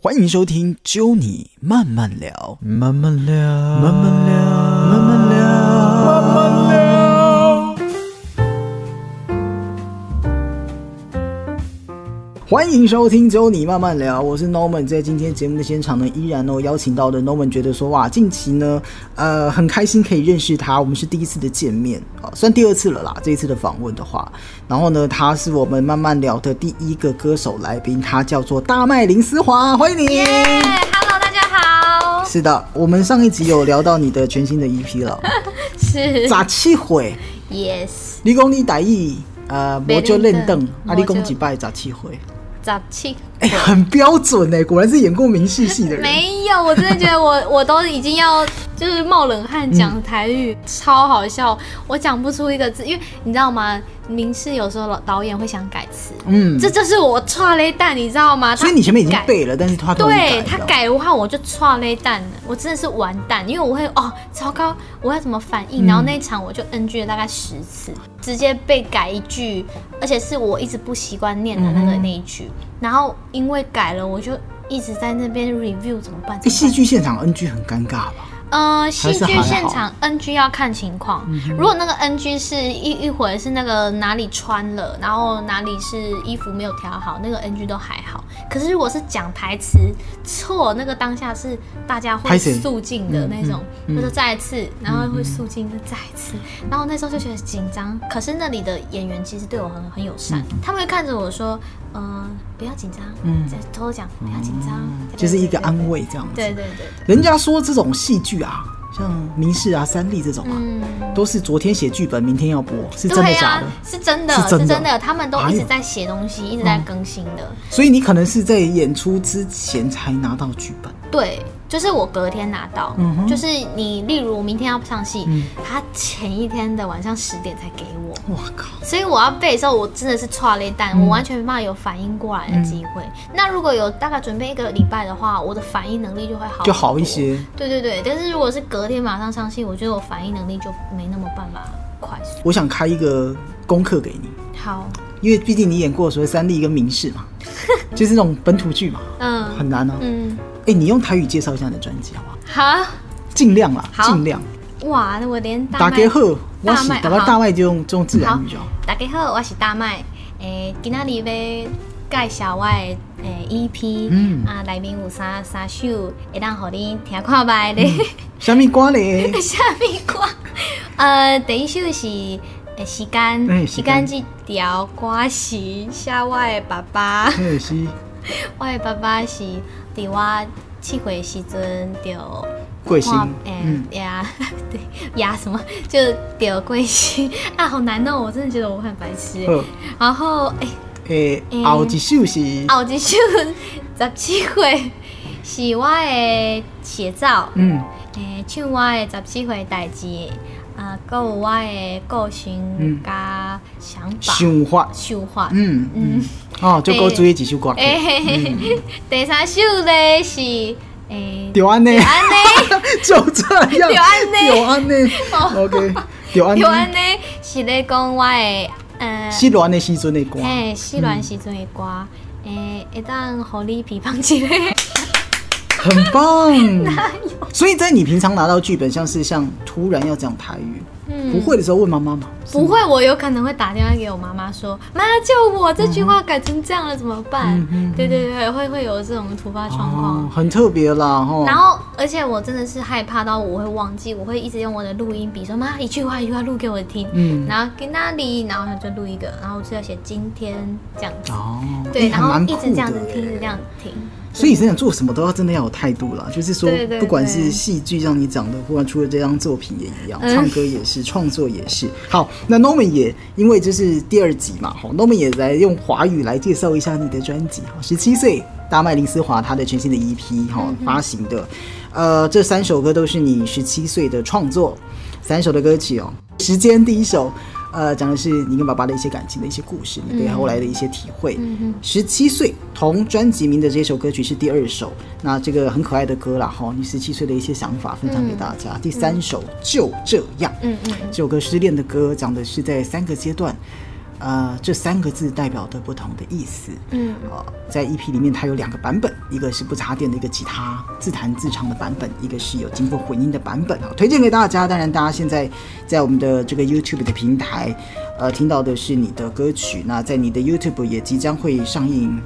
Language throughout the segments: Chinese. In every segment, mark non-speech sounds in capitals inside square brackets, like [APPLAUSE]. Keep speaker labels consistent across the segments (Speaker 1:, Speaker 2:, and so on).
Speaker 1: 欢迎收听《揪你慢慢聊
Speaker 2: 慢慢聊，》，
Speaker 1: 慢慢聊，慢慢聊，慢慢聊。欢迎收听《揪你慢慢聊》，我是 Norman。在今天节目的现场呢，依然哦邀请到的 Norman 觉得说哇，近期呢，呃，很开心可以认识他，我们是第一次的见面啊、算第二次了啦。这一次的访问的话，然后呢，他是我们慢慢聊的第一个歌手来宾，他叫做大麦林思华，欢迎你。
Speaker 3: Hello，大家好，
Speaker 1: 是的，我们上一集有聊到你的全新的 EP 了， [LAUGHS]
Speaker 3: 是
Speaker 1: 咋七回？
Speaker 3: Yes，
Speaker 1: 你讲你台语呃，
Speaker 3: 袂
Speaker 1: 无就练凳
Speaker 3: 认，
Speaker 1: 啊，
Speaker 3: 得
Speaker 1: 你讲几摆咋七回？
Speaker 3: 早七。
Speaker 1: 哎、 [LAUGHS] 很标准哎、果然是演过明戏戏的人。
Speaker 3: 没有，我真的觉得我 [LAUGHS] 我都已经要就是冒冷汗讲台语，超好笑，我讲不出一个字，因为你知道吗？明示有时候老导演会想改词，
Speaker 1: 嗯，
Speaker 3: 这就是我错了一蛋，你知道吗？
Speaker 1: 所以你前面已经
Speaker 3: 他改。
Speaker 1: 背了，但是他突然
Speaker 3: 对他
Speaker 1: 了。
Speaker 3: 改的话，我就错了一蛋了，我真的是完蛋，因为我会哦，糟糕，我要怎么反应？然后那一场我就 NG 了大概十次，直接被改一句，而且是我一直不习惯念的那个那一句。然后因为改了，我就一直在那边 review 怎么办？
Speaker 1: 哎，戏
Speaker 3: 怎么办
Speaker 1: 剧现场 NG 很尴尬吧？
Speaker 3: 呃，
Speaker 1: 还
Speaker 3: 戏
Speaker 1: 是还
Speaker 3: 剧
Speaker 1: 好嗯
Speaker 3: 现场 NG 要看情况，如果那个 NG 是一一会是那个哪里穿了，然后哪里是衣服没有调好，那个 NG 都还好。可是如果是讲台词错，那个当下是大家
Speaker 1: 拍
Speaker 3: 会
Speaker 1: 谁
Speaker 3: 肃静的那种，
Speaker 1: 嗯
Speaker 3: 或者再一次，然后会肃静，再再一次。然后那时候就觉得紧张，可是那里的演员其实对我很很友善，他们会看着我说，嗯、不要紧张，
Speaker 1: 嗯
Speaker 3: 再偷偷讲，不要紧张，对
Speaker 1: 就是一个
Speaker 3: 对对
Speaker 1: 安慰这样子。
Speaker 3: 对对对对，
Speaker 1: 人家说这种戏剧啊，像明视啊、三立这种啊，
Speaker 3: 嗯。
Speaker 1: 都是昨天写剧本，明天要播，是真的
Speaker 3: 对啊
Speaker 1: 假
Speaker 3: 呀，
Speaker 1: 的？
Speaker 3: 是真的，
Speaker 1: 是真的
Speaker 3: 他们都一
Speaker 1: 哎
Speaker 3: 直
Speaker 1: 呦
Speaker 3: 在写东西，一直在更新的。
Speaker 1: 所以你可能是在演出之前才拿到剧本。
Speaker 3: 对，就是我隔天拿到，
Speaker 1: 嗯哼
Speaker 3: 就是你，例如我明天要上戏，
Speaker 1: 嗯
Speaker 3: 他前一天的晚上十点才给我。
Speaker 1: 我靠！
Speaker 3: 所以我要背的时候，我真的是错了一蛋，
Speaker 1: 嗯
Speaker 3: 我完全没办法有反应过来的机会。那如果有大概准备一个礼拜的话，我的反应能力就会好
Speaker 1: 就
Speaker 3: 就
Speaker 1: 好一。些，
Speaker 3: 对对对，但是如果是隔天马上上戏，我觉得我反应能力就没那么办法快速。
Speaker 1: 我想开一个功课给你，
Speaker 3: 好，
Speaker 1: 因为毕竟你演过所谓三立跟民视
Speaker 3: [LAUGHS]
Speaker 1: 嘛，就是那种本土剧嘛，很
Speaker 3: 嗯
Speaker 1: 难啊。哎、
Speaker 3: 嗯，
Speaker 1: 你用台语介绍一下你的专辑好不好？
Speaker 3: 好。
Speaker 1: 尽量啦，
Speaker 3: 好
Speaker 1: 尽量。
Speaker 3: 哇，那我连大
Speaker 1: 打
Speaker 3: 麦
Speaker 1: 给贺，我
Speaker 3: 大
Speaker 1: 喜
Speaker 3: 麦
Speaker 1: 打到
Speaker 3: 好
Speaker 1: 大麦就用就用自然语就好。
Speaker 3: 大家好，我是大麦。诶、今仔日要介绍我的诶 EP，
Speaker 1: 嗯
Speaker 3: 啊，内面有三三首，会当互你听看卖咧。
Speaker 1: 虾米瓜嘞？
Speaker 3: [LAUGHS] 下面歌，呃，第一首是诶时间，
Speaker 1: 嗯时
Speaker 3: 时
Speaker 1: 间
Speaker 3: 间这条歌是写我的爸爸，
Speaker 1: 嘿是
Speaker 3: 我的爸爸是伫我七岁的时阵就。
Speaker 1: 贵姓
Speaker 3: 哇？
Speaker 1: 嗯
Speaker 3: 嗯，呀， [LAUGHS] 对呀，什么 [LAUGHS] 就丢贵姓 [LAUGHS] 啊，好难哦！我真的觉得我很白痴耶。
Speaker 1: 好，
Speaker 3: 然后啊哎，
Speaker 1: 诶，
Speaker 3: 诶
Speaker 1: 后一首是
Speaker 3: 后一首十七岁是我的写照，
Speaker 1: 嗯，
Speaker 3: 诶、唱我的十七岁代志，啊，搁有我的个性
Speaker 1: 嗯
Speaker 3: 甲想法、
Speaker 1: 想法，
Speaker 3: 想法。
Speaker 1: 嗯嗯
Speaker 3: 嗯，
Speaker 1: 哦，就够注意几首歌。
Speaker 3: 诶、嘿嘿嘿
Speaker 1: 嗯
Speaker 3: [LAUGHS] 第三首咧是诶，
Speaker 1: 就安尼，
Speaker 3: 安
Speaker 1: [LAUGHS]
Speaker 3: 尼。
Speaker 1: 就这样，
Speaker 3: 就安尼
Speaker 1: 就安尼，OK，就安
Speaker 3: 台湾
Speaker 1: 尼。
Speaker 3: 呢是咧讲我的，呃，
Speaker 1: 失恋的时阵的歌，
Speaker 3: 诶，失恋时阵的歌，
Speaker 1: 嗯
Speaker 3: 诶、会当互你批判一下。
Speaker 1: [LAUGHS] 很
Speaker 3: [LAUGHS]
Speaker 1: 棒。所以在你平常拿到剧本，像是像突然要讲台语，
Speaker 3: 嗯
Speaker 1: 不会的时候问妈妈嘛。
Speaker 3: 不会，我有可能会打电话给我妈妈说：“妈，救我！这句话改成这样了，怎么办？”
Speaker 1: 嗯
Speaker 3: 对对对，会会有这种突发状况。
Speaker 1: 哦，很特别啦，哈。
Speaker 3: 然后，而且我真的是害怕到我会忘记，我会一直用我的录音笔说：“妈，一句话一句话录给我听。
Speaker 1: 嗯
Speaker 3: 然后给那里，然后他就录一个，然后就要写今天这样子。
Speaker 1: 哦，
Speaker 3: 对，
Speaker 1: 哎
Speaker 3: 然
Speaker 1: 还
Speaker 3: 后
Speaker 1: 蛮
Speaker 3: 一
Speaker 1: 酷
Speaker 3: 直这样子
Speaker 1: 的耶
Speaker 3: 听，一直这样子听。
Speaker 1: 所以真的做什么都要真的要有态度啦，就是说
Speaker 3: 对对，对
Speaker 1: 不管是戏剧像你讲的，或者出了这张作品也一样，
Speaker 3: 嗯
Speaker 1: 唱歌也是，创作也是。好，那 Norman 也因为这是第二集嘛，好，Norman 也来用华语来介绍一下你的专辑哈，十七岁大麦林思华他的全新的 EP
Speaker 3: 嗯
Speaker 1: 哈发行的，呃，这三首歌都是你十七岁的创作，三首的歌曲哦，时间第一首。呃，讲的是你跟爸爸的一些感情的一些故事，你对后来的一些体会。
Speaker 3: 嗯哼。
Speaker 1: 十七岁，同专辑名的这首歌曲是第二首，那这个很可爱的歌啦，哈，你十七岁的一些想法分享给大家。第三首就这样，
Speaker 3: 嗯嗯嗯嗯
Speaker 1: 这首歌失恋的歌，讲的是在三个阶段，呃这三个字代表的不同的意思。
Speaker 3: 嗯，
Speaker 1: 呃，在 EP 里面它有两个版本，一个是不插电的一个吉他自弹自唱的版本，一个是有经过混音的版本啊，推荐给大家。当然，大家现在在我们的这个 YouTube 的平台，呃，听到的是你的歌曲，那在你的 YouTube 也即将会上映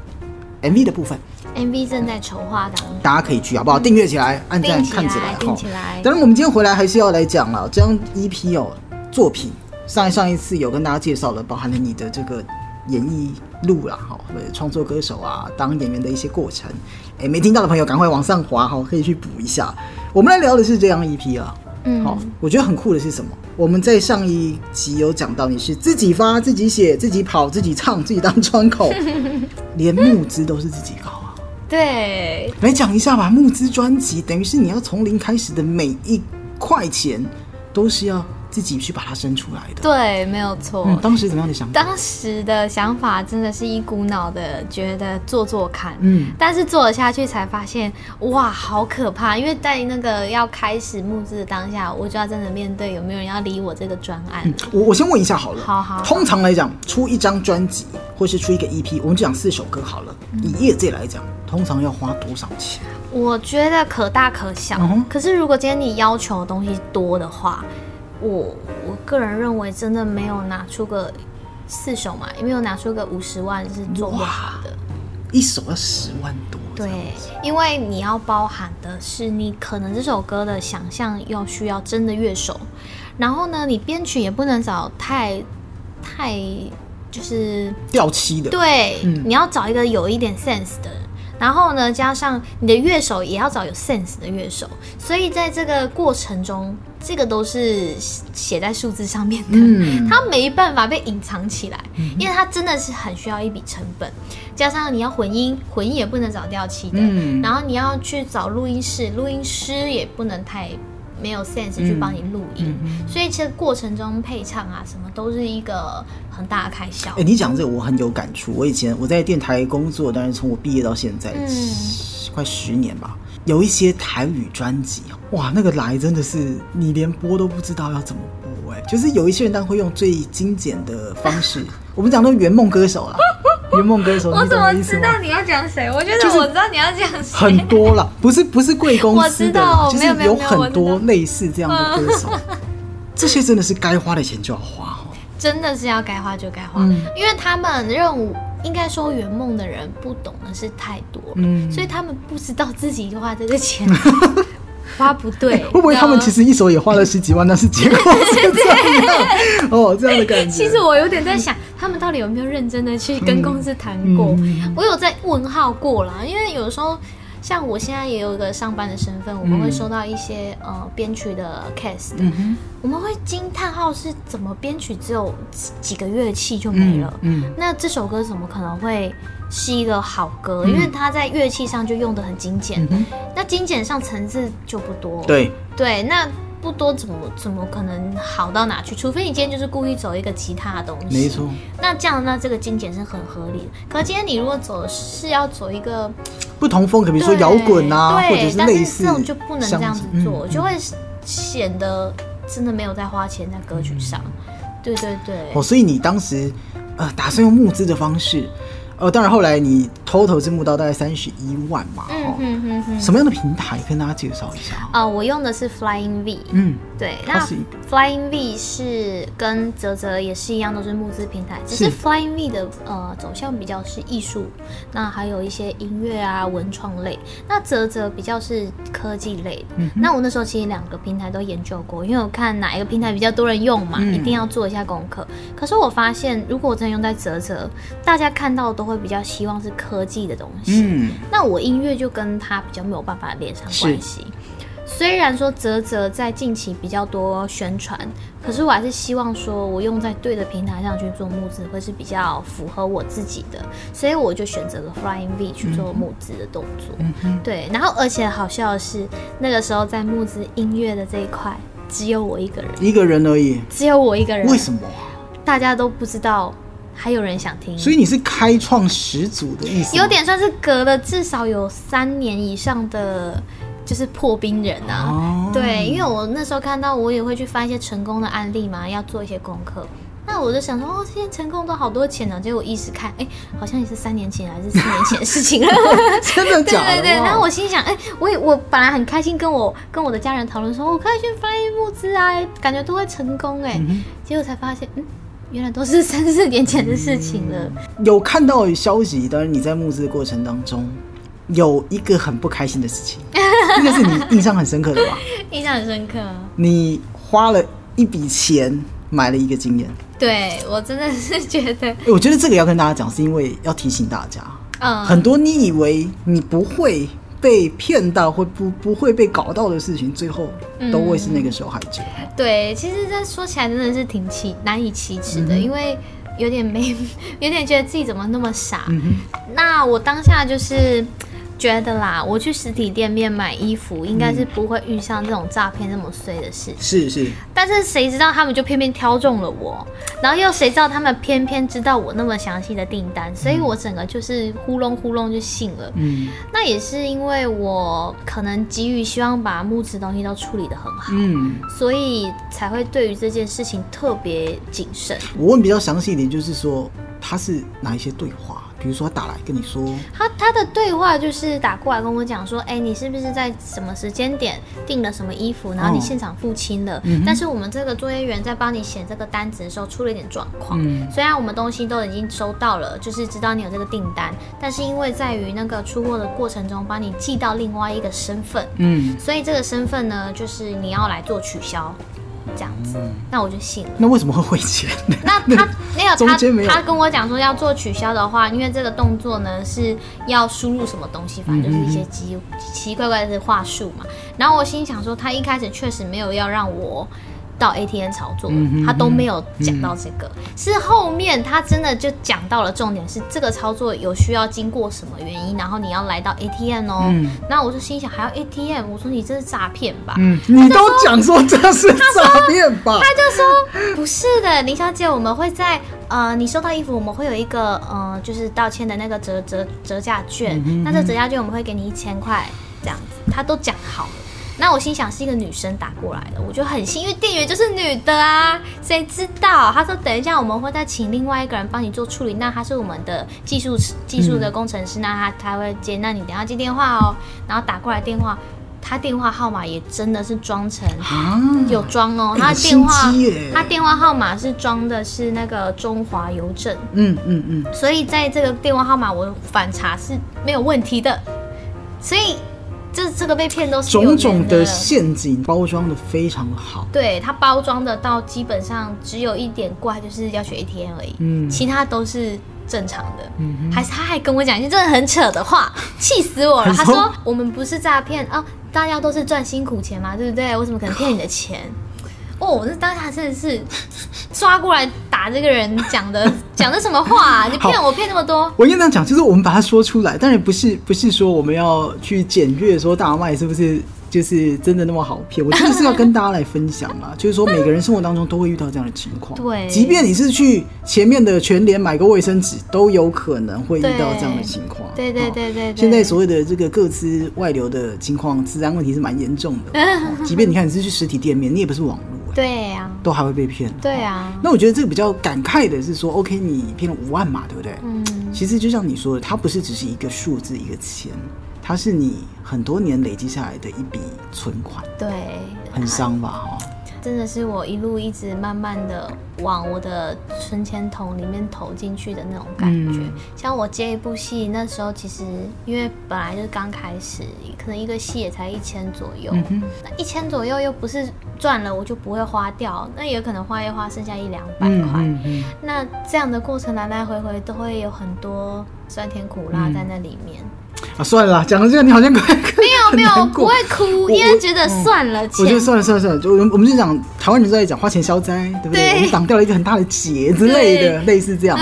Speaker 1: MV 的部分。
Speaker 3: MV 正在筹划当中。
Speaker 1: 大家可以去好不好？订阅起来，按赞
Speaker 3: 嗯订起来
Speaker 1: 看起来哦哈。
Speaker 3: 订起来
Speaker 1: 当然，我们今天回来还是要来讲了，这张 EP 哦，作品上一上一次有跟大家介绍了，包含了你的这个演艺路啦，哈，或者创作歌手啊，当演员的一些过程。哎，没听到的朋友赶快往上滑哈，可以去补一下。我们来聊的是这张 EP 啊。
Speaker 3: 嗯
Speaker 1: 好，我觉得很酷的是什么？我们在上一集有讲到，你是自己发、自己写、自己跑、自己唱、自己当窗口，连募资都是自己搞啊。
Speaker 3: 对，
Speaker 1: 来讲一下吧，募资专辑等于是你要从零开始的每一块钱，都是要自己去把它生出来的。
Speaker 3: 对，没有错。
Speaker 1: 嗯，当时怎么样的想法？
Speaker 3: 当时的想法真的是一股脑的觉得做做看，
Speaker 1: 嗯
Speaker 3: 但是做了下去才发现，哇，好可怕！因为在那个要开始募资的当下，我就要真的面对有没有人要理我这个专案。
Speaker 1: 我我先问一下好了。
Speaker 3: 好好好
Speaker 1: 通常来讲，出一张专辑或是出一个 EP，我们就讲四首歌好了。
Speaker 3: 嗯
Speaker 1: 以业界来讲，通常要花多少钱？
Speaker 3: 我觉得可大可小，
Speaker 1: 嗯哼
Speaker 3: 可是如果今天你要求的东西多的话，我我个人认为真的没有拿出个四首嘛，也没有拿出个五十万是做不好的。
Speaker 1: 一首要十万多。
Speaker 3: 对，因为你要包含的是你可能这首歌的想象要需要真的乐手，然后呢，你编曲也不能找太太就是
Speaker 1: 掉漆的。
Speaker 3: 对，
Speaker 1: 嗯
Speaker 3: 你要找一个有一点 sense 的人。然后呢，加上你的乐手也要找有 sense 的乐手，所以在这个过程中，这个都是写在数字上面的。
Speaker 1: 嗯，
Speaker 3: 它没办法被隐藏起来，因为它真的是很需要一笔成本，加上你要混音，混音也不能找掉漆的，
Speaker 1: 嗯
Speaker 3: 然后你要去找录音室，录音师也不能太没有 sense
Speaker 1: 嗯
Speaker 3: 去帮你录音，所以这个过程中配唱啊什么都是一个很大的开销。
Speaker 1: 哎、你讲这个我很有感触。我以前我在电台工作，当然从我毕业到现在，
Speaker 3: 嗯
Speaker 1: 十快十年吧。有一些台语专辑，哇，那个来真的是你连播都不知道要怎么播、哎，就是有一些人当然会用最精简的方式，
Speaker 3: [LAUGHS]
Speaker 1: 我们讲的圆梦歌手啦，圆梦歌手，
Speaker 3: 我
Speaker 1: 你
Speaker 3: 怎
Speaker 1: 懂
Speaker 3: 么
Speaker 1: 意思
Speaker 3: 知
Speaker 1: 吗
Speaker 3: 道？你要讲谁？我觉
Speaker 1: 就
Speaker 3: 得
Speaker 1: 是
Speaker 3: 我知道你要讲谁。
Speaker 1: 很多
Speaker 3: [LAUGHS]
Speaker 1: 啦，不是不是贵公司的啦，就
Speaker 3: 我知
Speaker 1: 是
Speaker 3: 道没有没有没有
Speaker 1: 很多
Speaker 3: 我知
Speaker 1: 类似这样的歌
Speaker 3: [LAUGHS]
Speaker 1: 手，这些真的是该花的钱就要花哦。
Speaker 3: 真的是要该花就该花，
Speaker 1: 嗯
Speaker 3: 因为他们任务应该说圆梦的人不懂的是太多，
Speaker 1: 嗯
Speaker 3: 所以他们不知道自己花这个
Speaker 1: [LAUGHS]
Speaker 3: 钱花不对，
Speaker 1: 会不会他们其
Speaker 3: 实？
Speaker 1: 实一手也花了十几万，但是结果是这样？哦，这样的感觉。
Speaker 3: [LAUGHS] 其实我有点在想，他们到底有没有认真的去跟公司谈过？
Speaker 1: 嗯
Speaker 3: 我有在问号过啦，因为有时候像我现在也有一个上班的身份，我们会收到一些、呃编曲的 case 的，
Speaker 1: 嗯哼，
Speaker 3: 我们会惊叹号是怎么编曲只有几个乐器就没了。
Speaker 1: 嗯，
Speaker 3: 那这首歌怎么可能会是一个好歌？因为它在乐器上就用的很精简，
Speaker 1: 嗯
Speaker 3: 那精简上层次就不多。
Speaker 1: 对，
Speaker 3: 对那不多怎么怎么可能好到哪去？除非你今天就是故意走一个吉他的东西。
Speaker 1: 没。错，
Speaker 3: 那这样，那这个精简是很合理的。可今天你如果走是要走一个，
Speaker 1: 不同风格，比
Speaker 3: 比
Speaker 1: 如说摇滚啊，或者
Speaker 3: 对，
Speaker 1: 是
Speaker 3: 但
Speaker 1: 类
Speaker 3: 是
Speaker 1: 似，
Speaker 3: 这种就不能这样子做，
Speaker 1: 嗯
Speaker 3: 就会显得真的没有在花钱在歌曲上。对对对。
Speaker 1: 哦，所以你当时呃打算用募资的方式，呃，当然后来你 total 是募到大概三十一万嘛，
Speaker 3: 嗯
Speaker 1: 哦，
Speaker 3: 嗯嗯嗯。
Speaker 1: 什么样的平台跟大家介绍一下？
Speaker 3: 呃，我用的是 Flying V。
Speaker 1: 嗯，
Speaker 3: 对，
Speaker 1: 它
Speaker 3: 那
Speaker 1: 是一
Speaker 3: Flying V 是跟泽泽也是一样，都是募资平台，只
Speaker 1: 是
Speaker 3: 是 Flying V 的呃走向比较是艺术，那还有一些音乐啊、文创类，那泽泽比较是科技类的。
Speaker 1: 嗯
Speaker 3: 那我那时候其实两个平台都研究过，因为我看哪一个平台比较多人用嘛，
Speaker 1: 嗯
Speaker 3: 一定要做一下功课。可是我发现，如果我真的用在泽泽，大家看到都会比较希望是科技的东西。
Speaker 1: 嗯，
Speaker 3: 那我音乐就跟他比较没有办法连上关系。虽然说泽泽在近期比较多宣传，可是我还是希望说我用在对的平台上去做募资，会是比较符合我自己的，所以我就选择了 Flying V 去
Speaker 1: 嗯
Speaker 3: 做募资的动作。对，然后而且好笑的是，那个时候在募资音乐的这一块，只有我一个人，
Speaker 1: 一个人而已，
Speaker 3: 只有我一个人，
Speaker 1: 为什么啊？
Speaker 3: 大家都不知道还有人想听？
Speaker 1: 所以你是开创始祖的意思吗，
Speaker 3: 有点算是隔了至少有三年以上的，就是破冰人啊。
Speaker 1: 哦，
Speaker 3: 对，因为我那时候看到，我也会去翻一些成功的案例嘛，要做一些功课。那我就想说，哦，现在成功都好多钱呢、结果一时看，哎，好像也是三年前还是四年前的事情了。
Speaker 1: [LAUGHS] 真的假的？
Speaker 3: [LAUGHS] 对对对，
Speaker 1: 哇
Speaker 3: 然后我心想，哎、我也我本来很开心，跟我跟我的家人讨论说，我开去翻译募资啊，感觉都会成功哎、
Speaker 1: 嗯
Speaker 3: 结果才发现，嗯，原来都是三四年前的事情了。
Speaker 1: 有看到消息，当然你在募资的过程当中有一个很不开心的事情，那个是你印象很深刻的吧？
Speaker 3: 印象很深刻，啊
Speaker 1: 你花了一笔钱买了一个经验。
Speaker 3: 对我真的是觉得，
Speaker 1: 哎我觉得这个要跟大家讲，是因为要提醒大家，
Speaker 3: 嗯，
Speaker 1: 很多你以为你不会被骗到，或不不会被搞到的事情，最后都会是那个受害者。
Speaker 3: 嗯对，其实这说起来真的是挺奇难以启齿的，因为有点没， [LAUGHS] 有点觉得自己怎么那么傻。那我当下就是觉得啦，我去实体店面买衣服，应该是不会遇上这种诈骗这么衰的事。
Speaker 1: 是是，
Speaker 3: 但是谁知道他们就偏偏挑中了我，然后又谁知道他们偏偏知道我那么详细的订单，所以我整个就是呼隆呼隆就信了。
Speaker 1: 嗯
Speaker 3: 那也是因为我可能急于希望把木质东西都处理得很好。
Speaker 1: 嗯。
Speaker 3: 所以才会对于这件事情特别谨慎。
Speaker 1: 我问比较详细一点，就是说他是哪一些对话？比如说他打来跟你说，
Speaker 3: 他他的对话就是打过来跟我讲说，哎、你是不是在什么时间点订了什么衣服，然后你
Speaker 1: 哦
Speaker 3: 现场付清了？
Speaker 1: 嗯哼
Speaker 3: 但是我们这个作业员在帮你写这个单子的时候出了一点状况。
Speaker 1: 嗯
Speaker 3: 虽然我们东西都已经收到了，就是知道你有这个订单，但是因为在于那个出货的过程中，帮你寄到另外一个身份，
Speaker 1: 嗯，
Speaker 3: 所以这个身份呢，就是你要来做取消，这样子。那我就信了。
Speaker 1: 那为什么会汇钱？ [LAUGHS]
Speaker 3: 那他没有
Speaker 1: 中间没有
Speaker 3: 他，他跟我讲说要做取消的话，因为这个动作呢是要输入什么东西，反正就是一
Speaker 1: 嗯
Speaker 3: 些奇奇怪怪的话术嘛。然后我心想说，他一开始确实没有要让我。到 ATM 炒作，
Speaker 1: 嗯
Speaker 3: 他都没有讲到这个，是后面他真的就讲到了重点，是这个操作有需要经过什么原因，然后你要来到 ATM 哦。
Speaker 1: 嗯
Speaker 3: 那我就心想还要 ATM，我说你这是诈骗吧？
Speaker 1: 嗯，你都讲说这是诈骗吧？
Speaker 3: 他就说不是的，林小姐，我们会在呃，你收到衣服，我们会有一个呃，就是道歉的那个折折折价券，那这折价券我们会给你一千块这样子，他都讲好了。那我心想是一个女生打过来的，我就很幸运，因为店员就是女的啊，谁知道？他说等一下我们会再请另外一个人帮你做处理，那他是我们的技术技术的工程师，那他他会接，那你等一下接电话哦。然后打过来电话，他电话号码也真的是装成
Speaker 1: 啊，
Speaker 3: 有装哦，
Speaker 1: 哎
Speaker 3: 他电话
Speaker 1: 很心机耶
Speaker 3: 他电话号码是装的是那个中华邮政，
Speaker 1: 嗯嗯嗯，
Speaker 3: 所以在这个电话号码我反查是没有问题的，所以这这个被骗都是有
Speaker 1: 种
Speaker 3: 缘
Speaker 1: 种
Speaker 3: 的
Speaker 1: 的陷阱包装的非常好。
Speaker 3: 对它包装的到基本上只有一点怪，就是要学 ATM 而已，
Speaker 1: 嗯
Speaker 3: 其他都是正常的。还是他还跟我讲一些真的很扯的话，气死我了。
Speaker 1: 他
Speaker 3: 他
Speaker 1: 说
Speaker 3: 说我们不是诈骗啊，大家都是赚辛苦钱嘛，对不对？我怎么可能骗你的钱？哦，我这当下真的是抓过来打这个人讲
Speaker 1: [LAUGHS]
Speaker 3: 的讲的什么话、啊？你骗我骗那么多，
Speaker 1: 我应该这样讲，就是我们把它说出来，当然不是不是说我们要去检阅说大麦是不是就是真的那么好骗，我真的是要跟大家来分享啊， [LAUGHS] 就是说每个人生活当中都会遇到这样的情况，
Speaker 3: 对
Speaker 1: 即便你是去前面的全联买个卫生纸，都有可能会遇到这样的情况，
Speaker 3: 对对
Speaker 1: 哦
Speaker 3: 对对对
Speaker 1: 现在所谓的这个各资外流的情况，治安问题是蛮严重的、
Speaker 3: [LAUGHS]
Speaker 1: 哦即便你看你是去实体店面，你也不是网络、哎
Speaker 3: 对呀、
Speaker 1: 都还会被骗。
Speaker 3: 对啊呀、
Speaker 1: 那我觉得这个比较感慨的是说，OK，你骗了五万嘛，对不对？
Speaker 3: 嗯，
Speaker 1: 其实就像你说的，它不是只是一个数字、一个钱，它是你很多年累积下来的一笔存款，
Speaker 3: 对，
Speaker 1: 很伤吧？哈、
Speaker 3: 真的是我一路一直慢慢的往我的存钱筒里面投进去的那种感觉。
Speaker 1: 嗯
Speaker 3: 像我接一部戏，那时候其实因为本来就是刚开始，可能一个戏也才一千左右，
Speaker 1: 嗯哼
Speaker 3: 那一千左右又不是赚了我就不会花掉，那也可能花一花剩下一两百
Speaker 1: 嗯
Speaker 3: 块。
Speaker 1: 嗯嗯，
Speaker 3: 那这样的过程来来回回都会有很多酸甜苦
Speaker 1: 嗯
Speaker 3: 辣在那里面。
Speaker 1: 啊，算了啦，讲到这个你好像快没
Speaker 3: 没有没有，我不会哭，
Speaker 1: 我嗯
Speaker 3: 因为觉得算了，
Speaker 1: 我觉得
Speaker 3: 钱
Speaker 1: 算了算了算了，就我们我们就讲台湾人都在讲花钱消灾，对不对？嗯
Speaker 3: 对
Speaker 1: 我们挡掉了一个很大的劫之类的， [LAUGHS] 类似这样。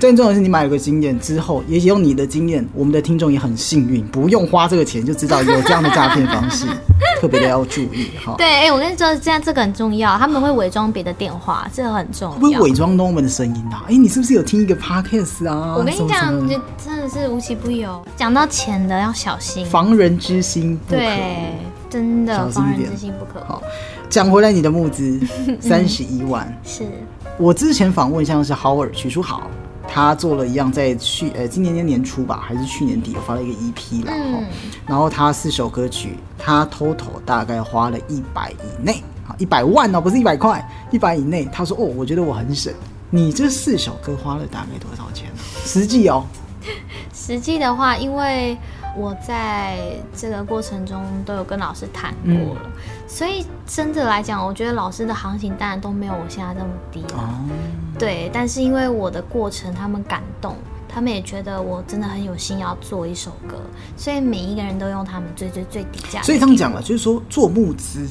Speaker 1: 最重要的是你买了个经验之后，也许用你的经验，我们的听众也很幸运，不用花这个钱就知道有这样的诈骗方 [LAUGHS] 式，特别的要注意哈。
Speaker 3: 对，哎、我跟你说，现在这个很重要，他们会伪装别的电话，这个很重
Speaker 1: 会不会
Speaker 3: 要。
Speaker 1: 伪装 Norman 的声音啊？哎、你是不是有听一个 podcast 啊？
Speaker 3: 我跟
Speaker 1: 什
Speaker 3: 你
Speaker 1: 么什
Speaker 3: 讲，
Speaker 1: 么
Speaker 3: 就真的是无奇不有。讲到钱的要小心，
Speaker 1: 防人之心不可
Speaker 3: 对，真的
Speaker 1: 小心
Speaker 3: 防
Speaker 1: 一
Speaker 3: 人
Speaker 1: 点
Speaker 3: 之心不可
Speaker 1: [LAUGHS]
Speaker 3: 无。
Speaker 1: 好，讲回来，你的募资三十一万，
Speaker 3: 是，
Speaker 1: 我之前访问像是 Howard 许书豪，他做了一样，在去呃今年的年初吧，还是去年底，有发了一个 EP 啦。
Speaker 3: 嗯
Speaker 1: 吼然后他四首歌曲，他 total 大概花了一百以内啊，一百万哦，不是一百块，一百以内。他说哦，我觉得我很省。你这四首歌花了大概多少钱、啊？实际哦，
Speaker 3: 实际的话，因为我在这个过程中都有跟老师谈过了，
Speaker 1: 嗯
Speaker 3: 所以真的来讲，我觉得老师的行情当然都没有我现在这么低了。
Speaker 1: 哦，
Speaker 3: 对，但是因为我的过程，他们感动，他们也觉得我真的很有心要做一首歌，所以每一个人都用他们最最最低价。
Speaker 1: 所以这样讲了，就是说做募资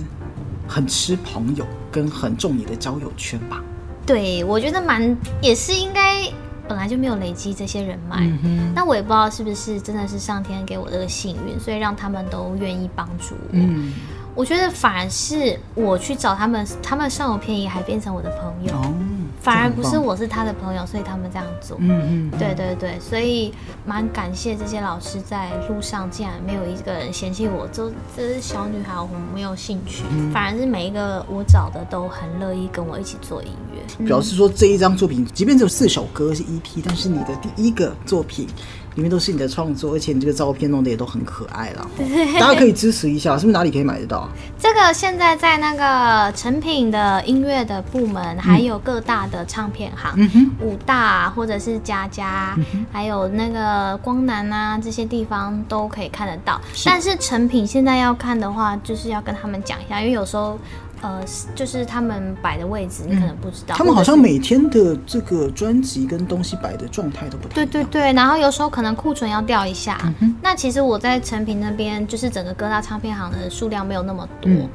Speaker 1: 很吃朋友，跟很重你的交友圈吧。
Speaker 3: 对我觉得蛮也是应该本来就没有累积这些人脉，
Speaker 1: 嗯
Speaker 3: 那我也不知道是不是真的是上天给我这个幸运，所以让他们都愿意帮助我。
Speaker 1: 嗯，
Speaker 3: 我觉得反而是我去找他们，他们算我便宜，还变成我的朋友，
Speaker 1: 哦，
Speaker 3: 反而
Speaker 1: 这很
Speaker 3: 不
Speaker 1: 棒
Speaker 3: 是，我是他的朋友，所以他们这样做。
Speaker 1: 嗯嗯，
Speaker 3: 对对对，所以蛮感谢这些老师，在路上竟然没有一个人嫌弃我，就这是小女孩，我没有兴趣，反而是每一个我找的都很乐意跟我一起做音乐。
Speaker 1: 嗯表示说这一张作品，即便只有四首歌是 EP，但是你的第一个作品里面都是你的创作，而且你这个照片弄得也都很可爱啦。吼大家可以支持一下，是不是哪里可以买得到啊？
Speaker 3: 这个现在在那个成品的音乐的部门，还有各大的唱片行，
Speaker 1: 嗯
Speaker 3: [LAUGHS] 五大啊或者是佳佳，还有那个光南啊这些地方都可以看得到。但是成品现在要看的话，就是要跟他们讲一下，因为有时候。呃，就是他们摆的位置，你可能不知道。
Speaker 1: 嗯他们好像
Speaker 3: 或者是
Speaker 1: 每天的这个专辑跟东西摆的状态都不太
Speaker 3: 对
Speaker 1: 一
Speaker 3: 对
Speaker 1: 样。
Speaker 3: 对，然后有时候可能库存要调一下。那其实我在成品那边，就是整个各大唱片行的数量没有那么多，
Speaker 1: 嗯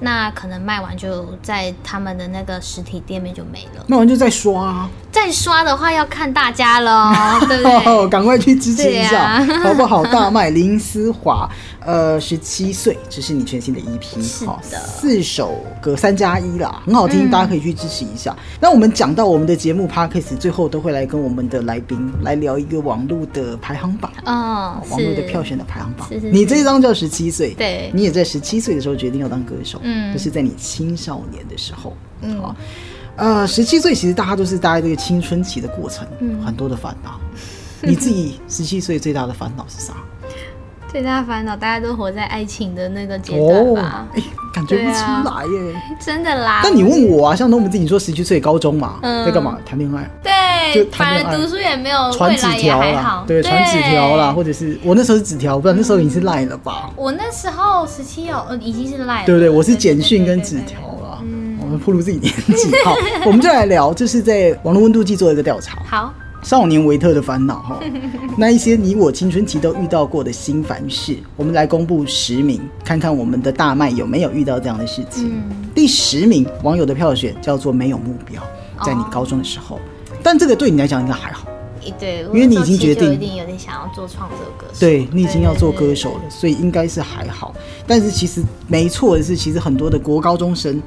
Speaker 3: 那可能卖完就在他们的那个实体店面就没了。
Speaker 1: 那我们就再刷啊，
Speaker 3: 再刷的话要看大家喽，对
Speaker 1: [LAUGHS]
Speaker 3: 不对？
Speaker 1: 赶快去支持一
Speaker 3: 对
Speaker 1: 下，
Speaker 3: 啊
Speaker 1: 好不好？大麦林思华，呃，十七岁，这是你全新的 EP，
Speaker 3: 是的嗯
Speaker 1: 好四首歌三加一啦，很好听，大家可以去支持一下。那我们讲到我们的节目 Podcast 最后都会来跟我们的来宾来聊一个网络的排行榜。
Speaker 3: 嗯，
Speaker 1: 网络
Speaker 3: 是
Speaker 1: 的票选的排行榜
Speaker 3: 是是，是
Speaker 1: 你这张叫十七岁，
Speaker 3: 对
Speaker 1: 你也在十七岁的时候决定要当歌手，
Speaker 3: 嗯
Speaker 1: 就是在你青少年的时候，嗯，啊，呃，十七岁其实大家都是大概这个青春期的过程，嗯，很多的烦恼。你自己十七岁最大的烦恼是
Speaker 3: [LAUGHS]
Speaker 1: 啥？
Speaker 3: 最大的烦恼，大家都活在爱情的那个阶段吧。
Speaker 1: 哎，感觉不
Speaker 3: 对
Speaker 1: 出
Speaker 3: 啊
Speaker 1: 来耶。
Speaker 3: 真的啦，
Speaker 1: 但你问我啊，像我们自己说十七岁高中嘛，
Speaker 3: 嗯
Speaker 1: 在干嘛？谈恋爱。
Speaker 3: 对
Speaker 1: 就，谈
Speaker 3: 反
Speaker 1: 恋爱
Speaker 3: 而读书也没有，
Speaker 1: 传
Speaker 3: 未
Speaker 1: 纸
Speaker 3: 来也
Speaker 1: 条
Speaker 3: 还
Speaker 1: 啦
Speaker 3: 好，，
Speaker 1: 对，传纸条啦，。或者是我那时候是纸条，不然那时候你是赖了吧？
Speaker 3: 我那时候十七有，呃已经是赖了，
Speaker 1: 对不对？我是简讯跟
Speaker 3: 对
Speaker 1: 纸条。啦。我们铺路自己年纪，好，我们就来聊，就是在网络温度计做一个调查
Speaker 3: 对对对，好，
Speaker 1: 少年维特的烦恼哈，那一些你我青春期都遇到过的新烦事，我们来公布十名，看看我们的大麦有没有遇到这样的事情。第十名网友的票选叫做没有目标，在你高中的时候，但这个对你来讲应该还好，
Speaker 3: 诶对，因
Speaker 1: 为你已经决定
Speaker 3: 一定有点想要做创作歌手，
Speaker 1: 对你已经要做歌
Speaker 3: 对
Speaker 1: 手了，所以应该是还好。但是其实没错的是，其实很多的国高中生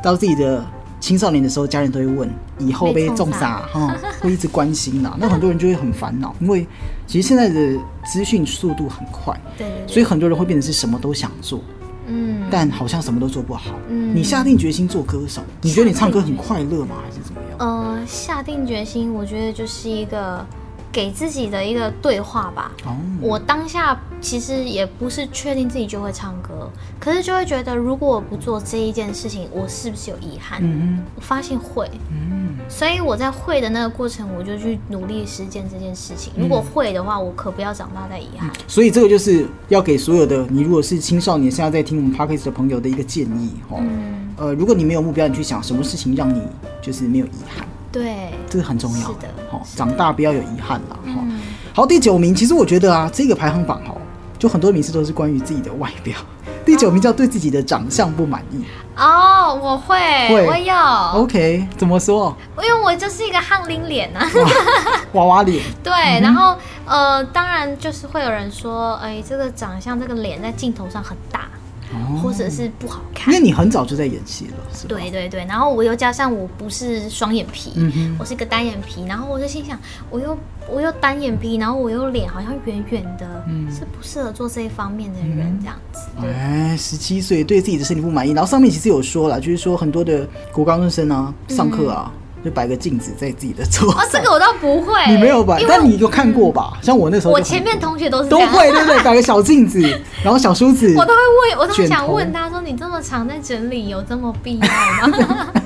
Speaker 1: 到自己的青少年的时候，家人都会问以后被
Speaker 3: 被
Speaker 1: 种
Speaker 3: 种
Speaker 1: 啥
Speaker 3: [LAUGHS]
Speaker 1: 哈、会一直关心啦。那很多人就会很烦恼，因为其实现在的资讯速度很快，
Speaker 3: 对对对，
Speaker 1: 所以很多人会变成是什么都想做，
Speaker 3: 嗯，
Speaker 1: 但好像什么都做不好。
Speaker 3: 嗯
Speaker 1: 你下定决心做歌手，你觉得你唱歌很快乐吗？还是怎么样？
Speaker 3: 呃，下定决心，我觉得就是一个给自己的一个对话吧。
Speaker 1: 哦，
Speaker 3: 我当下其实也不是确定自己就会唱歌，可是就会觉得，如果我不做这一件事情，我是不是有遗憾？
Speaker 1: 嗯
Speaker 3: 我发现会，
Speaker 1: 嗯，
Speaker 3: 所以我在会的那个过程，我就去努力实践这件事情。
Speaker 1: 嗯
Speaker 3: 如果会的话，我可不要长大再遗憾。
Speaker 1: 所以这个就是要给所有的你，如果是青少年现在在听我们 podcast 的朋友的一个建议哦。
Speaker 3: 嗯，
Speaker 1: 呃，如果你没有目标，你去想什么事情让你就是没有遗憾，
Speaker 3: 对，
Speaker 1: 这个很重要。
Speaker 3: 是的
Speaker 1: 哦，长大不要有遗憾啦。哈、
Speaker 3: 嗯
Speaker 1: 好，第九名，其实我觉得啊，这个排行榜哦，就很多名次都是关于自己的外
Speaker 3: [LAUGHS]
Speaker 1: 表。第九名叫对自己的长相不满意。
Speaker 3: 哦，我会，
Speaker 1: 会哦
Speaker 3: 我有，
Speaker 1: OK，怎么说？
Speaker 3: 因为我就是一个翰林脸啊。 [LAUGHS]
Speaker 1: 娃娃脸，
Speaker 3: 对，
Speaker 1: 嗯
Speaker 3: 然后呃，当然就是会有人说，哎，这个长相、这个脸在镜头上很大，啊
Speaker 1: 哦
Speaker 3: 或者是不好
Speaker 1: 因
Speaker 3: 看
Speaker 1: 为。你很早就在演戏了，是吧？
Speaker 3: 对对对，然后我又加上我不是双眼皮，
Speaker 1: 嗯哼
Speaker 3: 我是个单眼皮，然后我就心想，我又我又单眼皮，然后我又脸好像圆圆的，
Speaker 1: 嗯
Speaker 3: 是不适合做这一方面的人这样子。对
Speaker 1: 哎，十七岁对自己的身体不满意，然后上面其实有说了，就是说很多的国高中生啊，上课啊，就摆个镜子在自己的桌上。
Speaker 3: 嗯哦，这个我倒不会，
Speaker 1: 你没有吧
Speaker 3: 因？为嗯
Speaker 1: 但你有看过吧？像我那时候就
Speaker 3: 我
Speaker 1: 很
Speaker 3: 前面同学都是
Speaker 1: 都
Speaker 3: 这样
Speaker 1: 会，对不对？摆个小镜
Speaker 3: [LAUGHS]
Speaker 1: 子，然后小梳子，
Speaker 3: 我都会问，我都会
Speaker 1: 卷
Speaker 3: 想
Speaker 1: 头
Speaker 3: 问他说：“你这么常在整理，有这么必要吗？”
Speaker 1: [LAUGHS] [LAUGHS]
Speaker 3: [LAUGHS]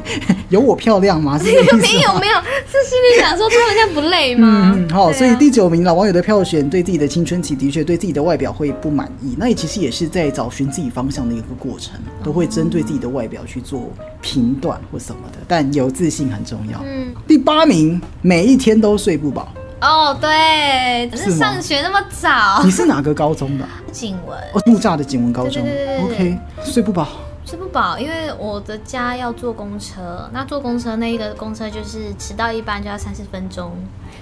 Speaker 1: 有我漂亮吗？是这个意思
Speaker 3: 没有没有，是心里想说他们这样不累吗？
Speaker 1: 嗯，好，
Speaker 3: 对啊
Speaker 1: 所以第九名老网友的票选对自己的青春期的确对自己的外表会不满意，那也其实也是在找寻自己方向的一个过程，都会针对自己的外表去做评断或什么的，但有自信很重要。
Speaker 3: 嗯，
Speaker 1: 第八名，每一天都睡不饱，
Speaker 3: 哦对，只
Speaker 1: 是吗
Speaker 3: 是上学那么早
Speaker 1: 你，是哪个高中的啊？
Speaker 3: 景文
Speaker 1: 哦，木栅的景文高中。
Speaker 3: 对对对对
Speaker 1: OK，睡不饱，
Speaker 3: 睡不饱，因为我的家要坐公车，那坐公车那一个公车就是迟到一班就要三十分钟，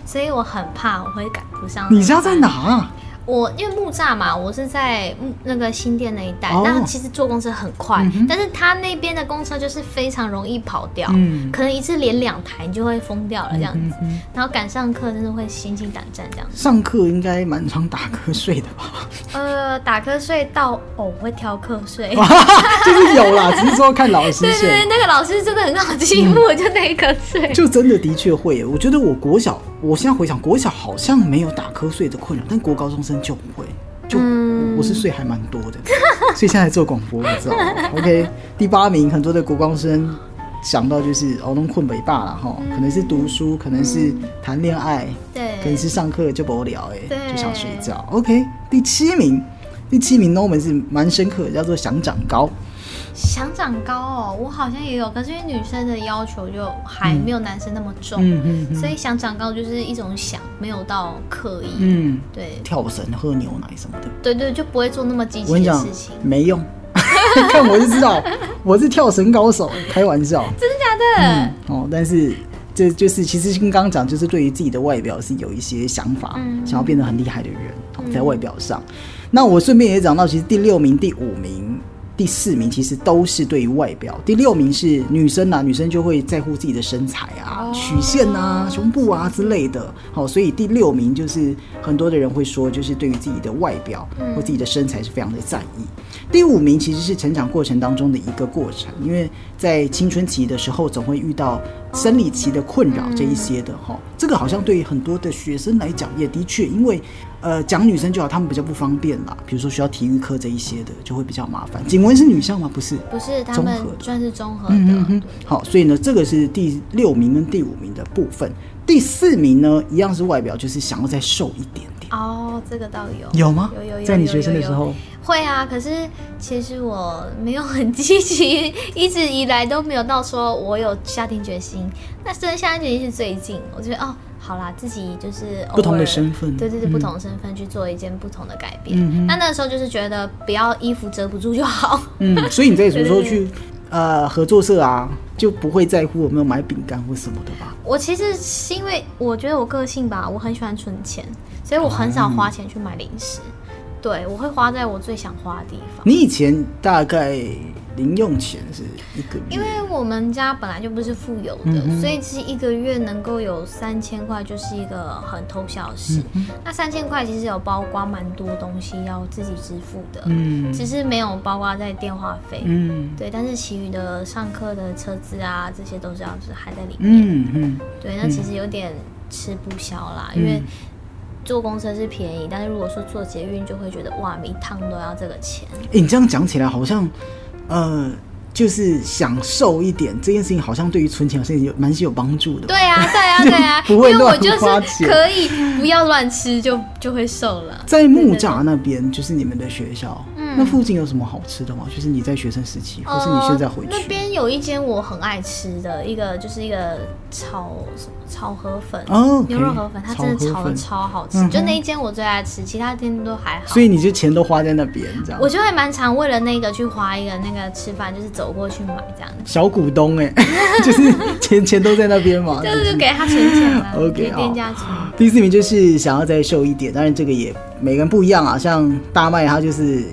Speaker 3: 所以我很怕我会赶不上。
Speaker 1: 你家在哪啊？
Speaker 3: 我因为木栅嘛，我是在木那个新店那一带，
Speaker 1: 哦
Speaker 3: 那其实坐公车很快，
Speaker 1: 嗯哼
Speaker 3: 但是他那边的公车就是非常容易跑掉，
Speaker 1: 嗯
Speaker 3: 可能一次连两台你就会疯掉了这样子，
Speaker 1: 嗯
Speaker 3: 然后赶上课真的会心惊胆战这样子。
Speaker 1: 上课应该蛮常打瞌睡的吧？ [LAUGHS]
Speaker 3: [LAUGHS] 呃，打瞌睡到哦，我会挑瞌睡。 [LAUGHS]
Speaker 1: 就是有啦，只是说看老师
Speaker 3: 对对
Speaker 1: 睡。
Speaker 3: 对，那个老师真的很好欺负，我就那一瞌睡。
Speaker 1: [LAUGHS] 就真的的确会耶，我觉得我国小，我现在回想，国小好像没有打瞌睡的困扰，但国高中生就会，就、
Speaker 3: 嗯
Speaker 1: 我是睡还蛮多的，所以现在做广播，我知
Speaker 3: [LAUGHS]
Speaker 1: 道。OK，第八名，很多的国高中生想到就是哦，弄困北霸了哈，
Speaker 3: 嗯
Speaker 1: 吼可能是读书，可能是谈恋爱，可能
Speaker 3: 对，
Speaker 1: 是上课就不无聊哎，
Speaker 3: 对
Speaker 1: 就想睡觉。OK，第七名，第七名 Norman 是蛮深刻的，叫做想长高。
Speaker 3: 想长高哦，我好像也有，可是因为女生的要求就还没有男生那么重，
Speaker 1: 嗯嗯嗯
Speaker 3: 所以想长高就是一种想，没有到刻意。
Speaker 1: 嗯，
Speaker 3: 对
Speaker 1: 跳绳、喝牛奶什么的。
Speaker 3: 对对，就不会做那么积
Speaker 1: 我跟
Speaker 3: 极
Speaker 1: 你
Speaker 3: 的
Speaker 1: 讲
Speaker 3: 事情，。
Speaker 1: 没用， [LAUGHS] 看我就知道我是跳绳高手，开玩笑
Speaker 3: [LAUGHS] 真的假的？
Speaker 1: 哦。但是这就是其实跟刚刚讲，就是对于自己的外表是有一些想法，
Speaker 3: 嗯
Speaker 1: 想要变得很厉害的人，哦在外表上。那我顺便也讲到，其实第六名、第五名。第四名其实都是对于外表，第六名是女生啊，女生就会在乎自己的身材啊、
Speaker 3: 哦
Speaker 1: 曲线啊、胸部啊之类的。好、所以第六名就是很多的人会说，就是对于自己的外表
Speaker 3: 嗯
Speaker 1: 或自己的身材是非常的在意。第五名其实是成长过程当中的一个过程，因为在青春期的时候总会遇到生理期的困扰这一些的哈、这个好像对于很多的学生来讲，也的确因为。呃，讲女生就好，他们比较不方便啦。比如说学校体育课这一些的，就会比较麻烦。景文是女校吗？不是，
Speaker 3: 不是，他
Speaker 1: 综
Speaker 3: 们
Speaker 1: 合的
Speaker 3: 算是综合的。
Speaker 1: 嗯嗯嗯
Speaker 3: 对，
Speaker 1: 好，所以呢，这个是第六名跟第五名的部分。第四名呢，一样是外表，就是想要再瘦一点点，
Speaker 3: 哦，这个倒有
Speaker 1: 有吗？
Speaker 3: 有有有，
Speaker 1: 在你
Speaker 3: 有
Speaker 1: 学生的
Speaker 3: 有
Speaker 1: 时候，
Speaker 3: 会啊，可是其实我没有很积极， [LAUGHS] 一直以来都没有到说我有下定决心。那真的下定决心是最近，我觉得哦，好啦，自己就是偶尔
Speaker 1: 不同的身份
Speaker 3: 对对对，
Speaker 1: 嗯
Speaker 3: 不同的身份去做一件不同的改变。
Speaker 1: 嗯哼
Speaker 3: 那那时候就是觉得不要衣服遮不住就好。 [LAUGHS]
Speaker 1: 嗯，所以你在什么时候
Speaker 3: 对对
Speaker 1: 去呃合作社啊，就不会在乎有没有买饼干或什么的吧？
Speaker 3: 我其实是因为我觉得我个性吧，我很喜欢存钱，所以我很
Speaker 1: 哦
Speaker 3: 少花钱去买零食。对，我会花在我最想花的地方。
Speaker 1: 你以前大概零用钱是一个
Speaker 3: 因
Speaker 1: 月，
Speaker 3: 为我们家本来就不是富有的，
Speaker 1: 嗯哼
Speaker 3: 所以其实一个月能够有三千块就是一个很偷笑的事。
Speaker 1: 嗯
Speaker 3: 那三千块其实有包括蛮多东西要自己支付的，
Speaker 1: 嗯
Speaker 3: 只是没有包括在电话费。
Speaker 1: 嗯
Speaker 3: 对，但是其余的上课的车资啊，这些都是要是还在里面。
Speaker 1: 嗯嗯
Speaker 3: 对，那其实有点吃不消啦，因为坐公车是便宜，但是如果说坐捷运，就会觉得哇，每一趟都要这个钱。
Speaker 1: 哎、你这样讲起来好像，呃，就是享受一点这件事情，好像对于存钱好像有蛮是有帮助的。，
Speaker 3: 对，啊，对啊，对啊
Speaker 1: [LAUGHS] 不会
Speaker 3: 因为我
Speaker 1: 乱
Speaker 3: 就
Speaker 1: 花
Speaker 3: 是
Speaker 1: 钱
Speaker 3: 可以不要乱吃就，就会
Speaker 1: [LAUGHS]
Speaker 3: 瘦了。
Speaker 1: 在木栅那边就是你们的学校，
Speaker 3: 嗯
Speaker 1: 那附近有什么好吃的吗？就是你在学生时期，或是你现在回
Speaker 3: 呃、那
Speaker 1: 去？
Speaker 3: 边有一间我很爱吃的一个，就是一个炒什么炒河粉，
Speaker 1: 哦
Speaker 3: 牛肉
Speaker 1: OK，
Speaker 3: 河粉，它真
Speaker 1: 炒河
Speaker 3: 的炒的
Speaker 1: 粉
Speaker 3: 超好
Speaker 1: 嗯
Speaker 3: 吃，
Speaker 1: 哼
Speaker 3: 就那一间我最爱吃，其他店都还好。
Speaker 1: 所以你就钱都花在那边，这样
Speaker 3: 我。就还蛮常为了那个去花一个那个吃饭，就是走过去买这样子。
Speaker 1: 小股东哎、 [LAUGHS] 就是钱钱都在那边嘛。
Speaker 3: [LAUGHS] 就
Speaker 1: 就是
Speaker 3: 是给他存钱啊
Speaker 1: 啊 [LAUGHS] OK，
Speaker 3: 给店家存。
Speaker 1: 第四名就是想要再瘦一点，当然这个也每个人不一样啊。像大麦他就是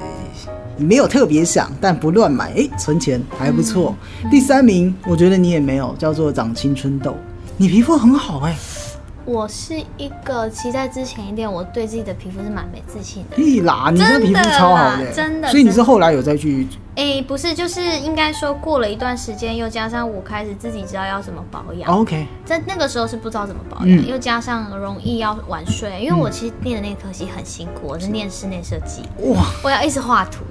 Speaker 1: 没有特别想，但不乱买，诶，存钱还不错。
Speaker 3: 嗯
Speaker 1: 第三名我觉得你也没有，叫做长青春痘，你皮肤很好哎、
Speaker 3: 我是一个，其实在之前一点，我对自己的皮肤是蛮没自信的。
Speaker 1: 屁啦，你这皮肤超好
Speaker 3: 真的啦真的
Speaker 1: 所以你是后来有再去
Speaker 3: 哎，不是，就是应该说过了一段时间，又加上我开始自己知道要怎么保养。
Speaker 1: OK，
Speaker 3: 在那个时候是不知道怎么保养，
Speaker 1: 哦嗯
Speaker 3: 又加上容易要晚睡，因为我其实念的那科系很辛苦，我是念室内设计，
Speaker 1: 哇，
Speaker 3: 我要一直画图，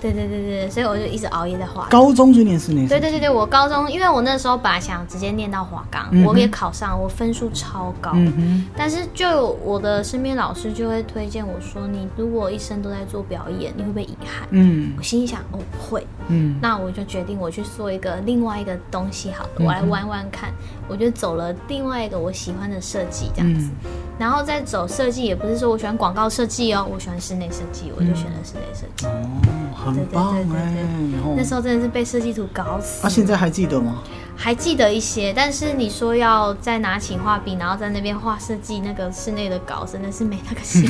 Speaker 3: 对对对对，所以我就一直熬夜在画。
Speaker 1: 高中就念室内设计，
Speaker 3: 对对对对，我高中因为我那时候本来想直接念到华冈，
Speaker 1: 嗯哼
Speaker 3: 我也考上，我分数超高，
Speaker 1: 嗯
Speaker 3: 但是就有我的身边老师就会推荐我说，你如果一生都在做表演，你会不会遗憾
Speaker 1: 哼，？嗯
Speaker 3: 我心里想，哦，会，
Speaker 1: 嗯，
Speaker 3: 那我就决定我去做一个另外一个东西好了，
Speaker 1: 嗯
Speaker 3: 我来玩玩看。我就走了另外一个我喜欢的设计这
Speaker 1: 嗯
Speaker 3: 样子，然后再走设计，也不是说我喜欢广告设计哦，我喜欢室内设计，我就选了室内设计。
Speaker 1: 哦，很棒
Speaker 3: 对对对对
Speaker 1: 哎，然后
Speaker 3: 那时候真的是被设计图搞死，
Speaker 1: 啊，现在还记得吗？
Speaker 3: 还记得一些，但是你说要再拿起画笔，然后在那边画设计那个室内的稿，真的是没那
Speaker 1: [LAUGHS]
Speaker 3: 个心。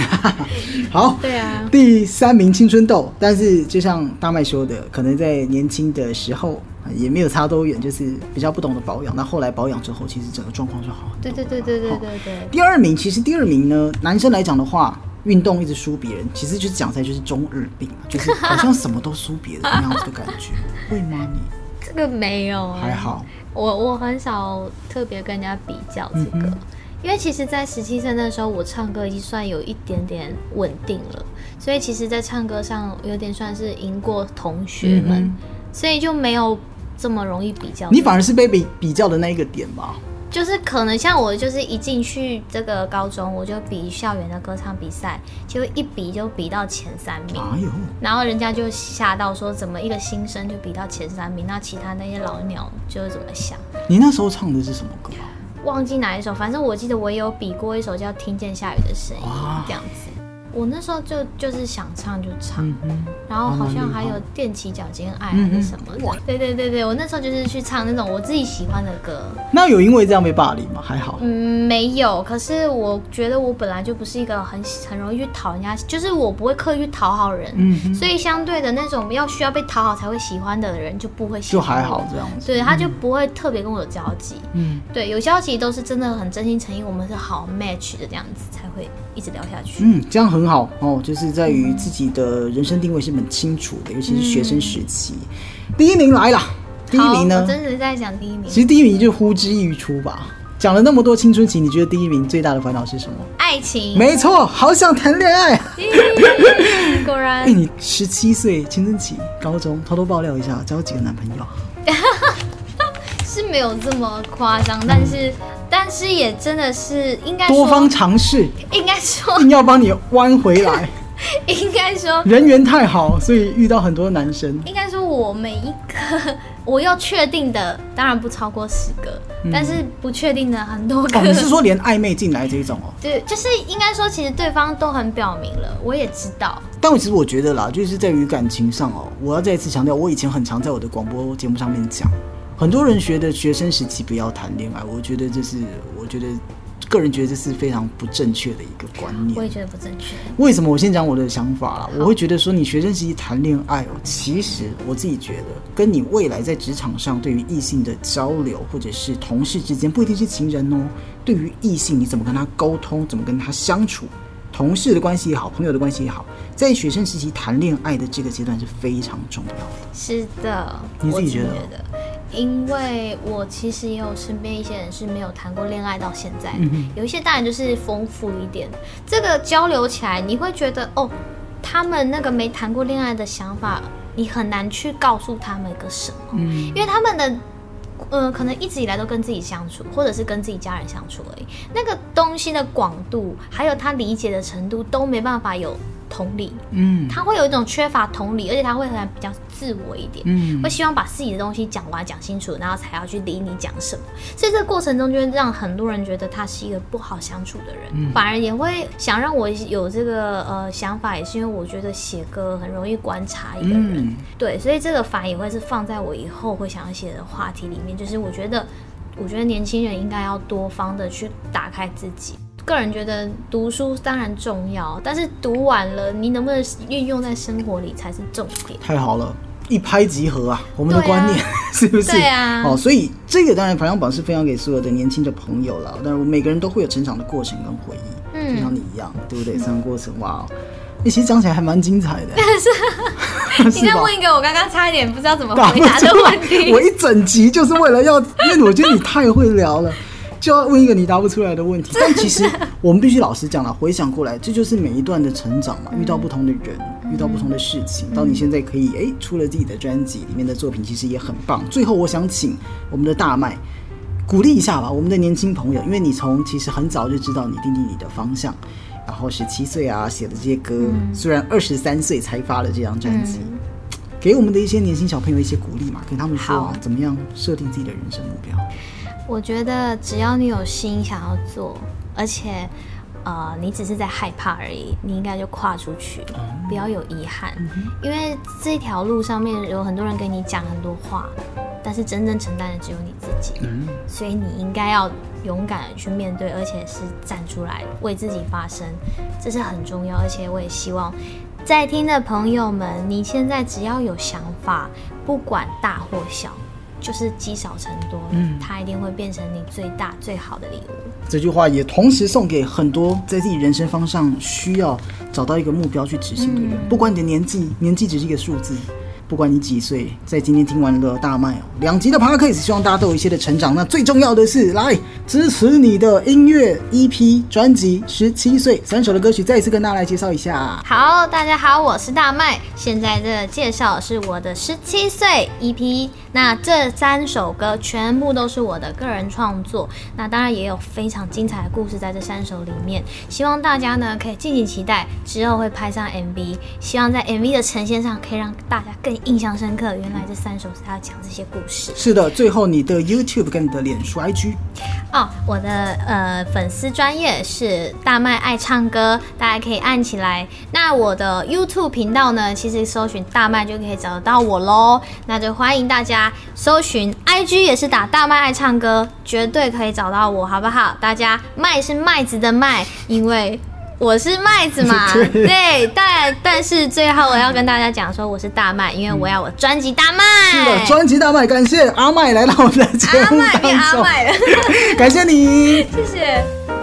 Speaker 1: 好，
Speaker 3: 对啊，
Speaker 1: 第三名青春痘，但是就像大麦说的，可能在年轻的时候呃也没有差多远，就是比较不懂得保养。那后来保养之后，其实整个状况就好很多
Speaker 3: 对对对对对对对，
Speaker 1: 第二名，其实第二名呢，男生来讲的话，运动一直输别人，其实就是讲起来就是中二病，就是好像什么都输别人那样子的感
Speaker 3: [LAUGHS]
Speaker 1: 觉，会吗你？
Speaker 3: 这个没有啊，
Speaker 1: 还好，
Speaker 3: 我我很少特别跟人家比较这个，
Speaker 1: 嗯哼
Speaker 3: 因为其实，在十七岁那时候，我唱歌已经算有一点点稳定了，所以其实，在唱歌上有点算是赢过同学们，
Speaker 1: 嗯
Speaker 3: 所以就没有这么容易比较。
Speaker 1: 你反而是被比比较的那一个点吧？
Speaker 3: 就是可能像我，就是一进去这个高中，我就比校园的歌唱比赛，结果一比就比到前三名。
Speaker 1: 哎呦，
Speaker 3: 然后人家就吓到说，怎么一个新生就比到前三名？那其他那些老鸟就是怎么想？
Speaker 1: 你那时候唱的是什么歌啊？
Speaker 3: 忘记哪一首，反正我记得我也有比过一首叫《听见下雨的声音
Speaker 1: 哇》
Speaker 3: 这样子。我那时候就就是想唱就唱，
Speaker 1: 嗯哼，
Speaker 3: 然后好
Speaker 1: 还蛮
Speaker 3: 像
Speaker 1: 厉害
Speaker 3: 还有踮起脚尖爱
Speaker 1: 嗯嗯
Speaker 3: 还是什么的。对对对对，我那时候就是去唱那种我自己喜欢的歌。
Speaker 1: 那有因为这样被霸凌吗？还好，
Speaker 3: 嗯，没有。可是我觉得我本来就不是一个很很容易去讨人家，就是我不会刻意去讨好人，
Speaker 1: 嗯哼，
Speaker 3: 所以相对的那种要需要被讨好才会喜欢的人就不会喜
Speaker 1: 就
Speaker 3: 欢
Speaker 1: 还
Speaker 3: 我
Speaker 1: 好。这样子，
Speaker 3: 对，他就不会特别跟我有交集。
Speaker 1: 嗯。
Speaker 3: 对，有交集都是真的很真心诚意，我们是好 match 的这样子才会一直聊下去。
Speaker 1: 嗯，这样很好哦，就是在于自己的人生定位是很清楚的，尤其是学生时期。第一名来了，第一名
Speaker 3: 好
Speaker 1: 呢
Speaker 3: 我，真的在讲第一名，
Speaker 1: 其实第一名就呼之欲出吧。讲了那么多青春期，你觉得第一名最大的烦恼是什么？
Speaker 3: 爱情。
Speaker 1: 没错，好想谈恋爱。
Speaker 3: 咦 [LAUGHS] 果
Speaker 1: 哎、
Speaker 3: 然，
Speaker 1: 你十七岁青春期，高中，偷偷爆料一下，交几个男朋友？
Speaker 3: 是没有这么夸张，但是但是也真的是应该
Speaker 1: 多方
Speaker 3: 说，
Speaker 1: 尝试，
Speaker 3: 应该说， [LAUGHS]
Speaker 1: 硬要帮你弯回来。
Speaker 3: 应该说，
Speaker 1: 人缘太好，所以遇到很多男生。
Speaker 3: 应该说，我每一个我要确定的，当然不超过十个，但是不确定的很多个。
Speaker 1: 嗯哦，你是说连暧昧进来这一种哦？
Speaker 3: 对，就是应该说，其实对方都很表明了，我也知道，
Speaker 1: 但我其实我觉得啦，就是在于感情上哦，我要再一次强调，我以前很常在我的广播节目上面讲，很多人觉得学生时期不要谈恋爱，我觉得这是，我觉得个人觉得这是非常不正确的一个观
Speaker 3: 我也
Speaker 1: 念。
Speaker 3: 觉得不正确。
Speaker 1: 为什么？我先讲我的想法啦，我会觉得说，你学生时期谈恋爱哦，其实我自己觉得，跟你未来在职场上对于异性的交流，或者是同事之间，不一定是情人哦，对于异性你怎么跟他沟通，怎么跟他相处，同事的关系也好，朋友的关系也好，在学生时期谈恋爱的这个阶段是非常重要的。
Speaker 3: 是的，
Speaker 1: 你自己觉
Speaker 3: 我
Speaker 1: 得
Speaker 3: 得因为我其实也有身边一些人是没有谈过恋爱到现在，
Speaker 1: 嗯
Speaker 3: 有一些当然就是丰富一点，这个交流起来你会觉得哦，他们那个没谈过恋爱的想法，你很难去告诉他们一个什么，
Speaker 1: 嗯
Speaker 3: 因为他们的。嗯，可能一直以来都跟自己相处，或者是跟自己家人相处而已。那个东西的广度，还有他理解的程度，都没办法有同理。
Speaker 1: 嗯
Speaker 3: 他会有一种缺乏同理，而且他会很比较自我一点，
Speaker 1: 嗯
Speaker 3: 会希望把自己的东西讲完、讲清楚，然后才要去理你讲什么。所以这个过程中就会让很多人觉得他是一个不好相处的人，
Speaker 1: 嗯
Speaker 3: 反而也会想让我有这个呃想法，也是因为我觉得写歌很容易观察一个人，
Speaker 1: 嗯
Speaker 3: 对，所以这个反而也会是放在我以后会想要写的话题里面，就是我觉得，我觉得年轻人应该要多方的去打开自己。个人觉得读书当然重要，但是读完了，你能不能运用在生活里才是重
Speaker 1: [LAUGHS]
Speaker 3: 点。
Speaker 1: 太好了。一拍即合啊！我们的
Speaker 3: 对啊
Speaker 1: 观念、 [LAUGHS] 是不是？
Speaker 3: 对啊
Speaker 1: 哦，所以这个当然排行榜是分享给所有的年轻的朋友了。但我每个人都会有成长的过程跟回忆，[LAUGHS]
Speaker 3: 嗯 [LAUGHS]
Speaker 1: 就像你一样，对不对？成长过程，哇、哦！欸其实讲起来还蛮精彩的，
Speaker 3: 啊你这样问一个我刚刚差一点不知道怎么
Speaker 1: 打。
Speaker 3: 哦回答的问题
Speaker 1: 我一整集就是为了要，因为我觉得你太会聊了，就要问一个你答不出来的问题。但其实我们必须老实讲了，回想过来，这就是每一段的成长嘛，遇到不同的人，遇到不同的事情，到你现在可以哎、出了自己的专辑，里面的作品其实也很棒。最后，我想请我们的大麦。鼓励一下吧，我们的年轻朋友，因为你从其实很早就知道你定定你的方向，然后十七岁啊写的这些歌，
Speaker 3: 嗯
Speaker 1: 虽然二十三岁才发了这张专辑，给我们的一些年轻小朋友一些鼓励嘛，跟他们说、啊
Speaker 3: 好、
Speaker 1: 怎么样设定自己的人生目标。
Speaker 3: 我觉得只要你有心想要做，而且呃，你只是在害怕而已，你应该就跨出去，不要有遗憾。因为这条路上面有很多人跟你讲很多话，但是真正承担的只有你自己，所以你应该要勇敢地去面对，而且是站出来为自己发声，这是很重要。而且我也希望。在听的朋友们，你现在只要有想法，不管大或小，就是积少成多，它一定会变成你最大最好的礼物。
Speaker 1: 这句话也同时送给很多在自己人生方向需要找到一个目标去执行的人，不管你的年纪，年纪只是一个数字。不管你几岁，在今天听完了大麦哦两集的 podcast，希望大家都有一些的成长。那最重要的是，来支持你的音乐 EP 专辑《十七岁》三首的歌曲，再一次跟大家来介绍一下。
Speaker 3: 好，大家好，我是大麦。现在的介绍是我的十七岁 EP，那这三首歌全部都是我的个人创作，那当然也有非常精彩的故事在这三首里面。希望大家呢可以敬请期待，之后会拍上 MV，希望在 MV 的呈现上可以让大家更印象深刻。原来这三首是要讲这些故事。
Speaker 1: 是的，最后你的 YouTube 跟你的脸书 IG，
Speaker 3: 哦，我的呃粉丝专业是大麦爱唱歌，大家可以按起来。那我的 YouTube 频道呢，其实搜寻大麦就可以找得到我喽。那就欢迎大家搜寻 IG 也是打大麦爱唱歌，绝对可以找到我，好不好？大家麦是麦子的麦，因为。我是麦子
Speaker 1: [LAUGHS]
Speaker 3: 嘛
Speaker 1: 对
Speaker 3: 对，但但是最后我要跟大家讲说，我是大麦，因为我要我专辑大麦。
Speaker 1: 是的，专辑大麦，感谢阿麦来到我们的节
Speaker 3: 哎阿
Speaker 1: 目
Speaker 3: 麦变
Speaker 1: [LAUGHS] 当
Speaker 3: 阿
Speaker 1: 中，
Speaker 3: 麦了，
Speaker 1: 感谢你。
Speaker 3: 谢谢。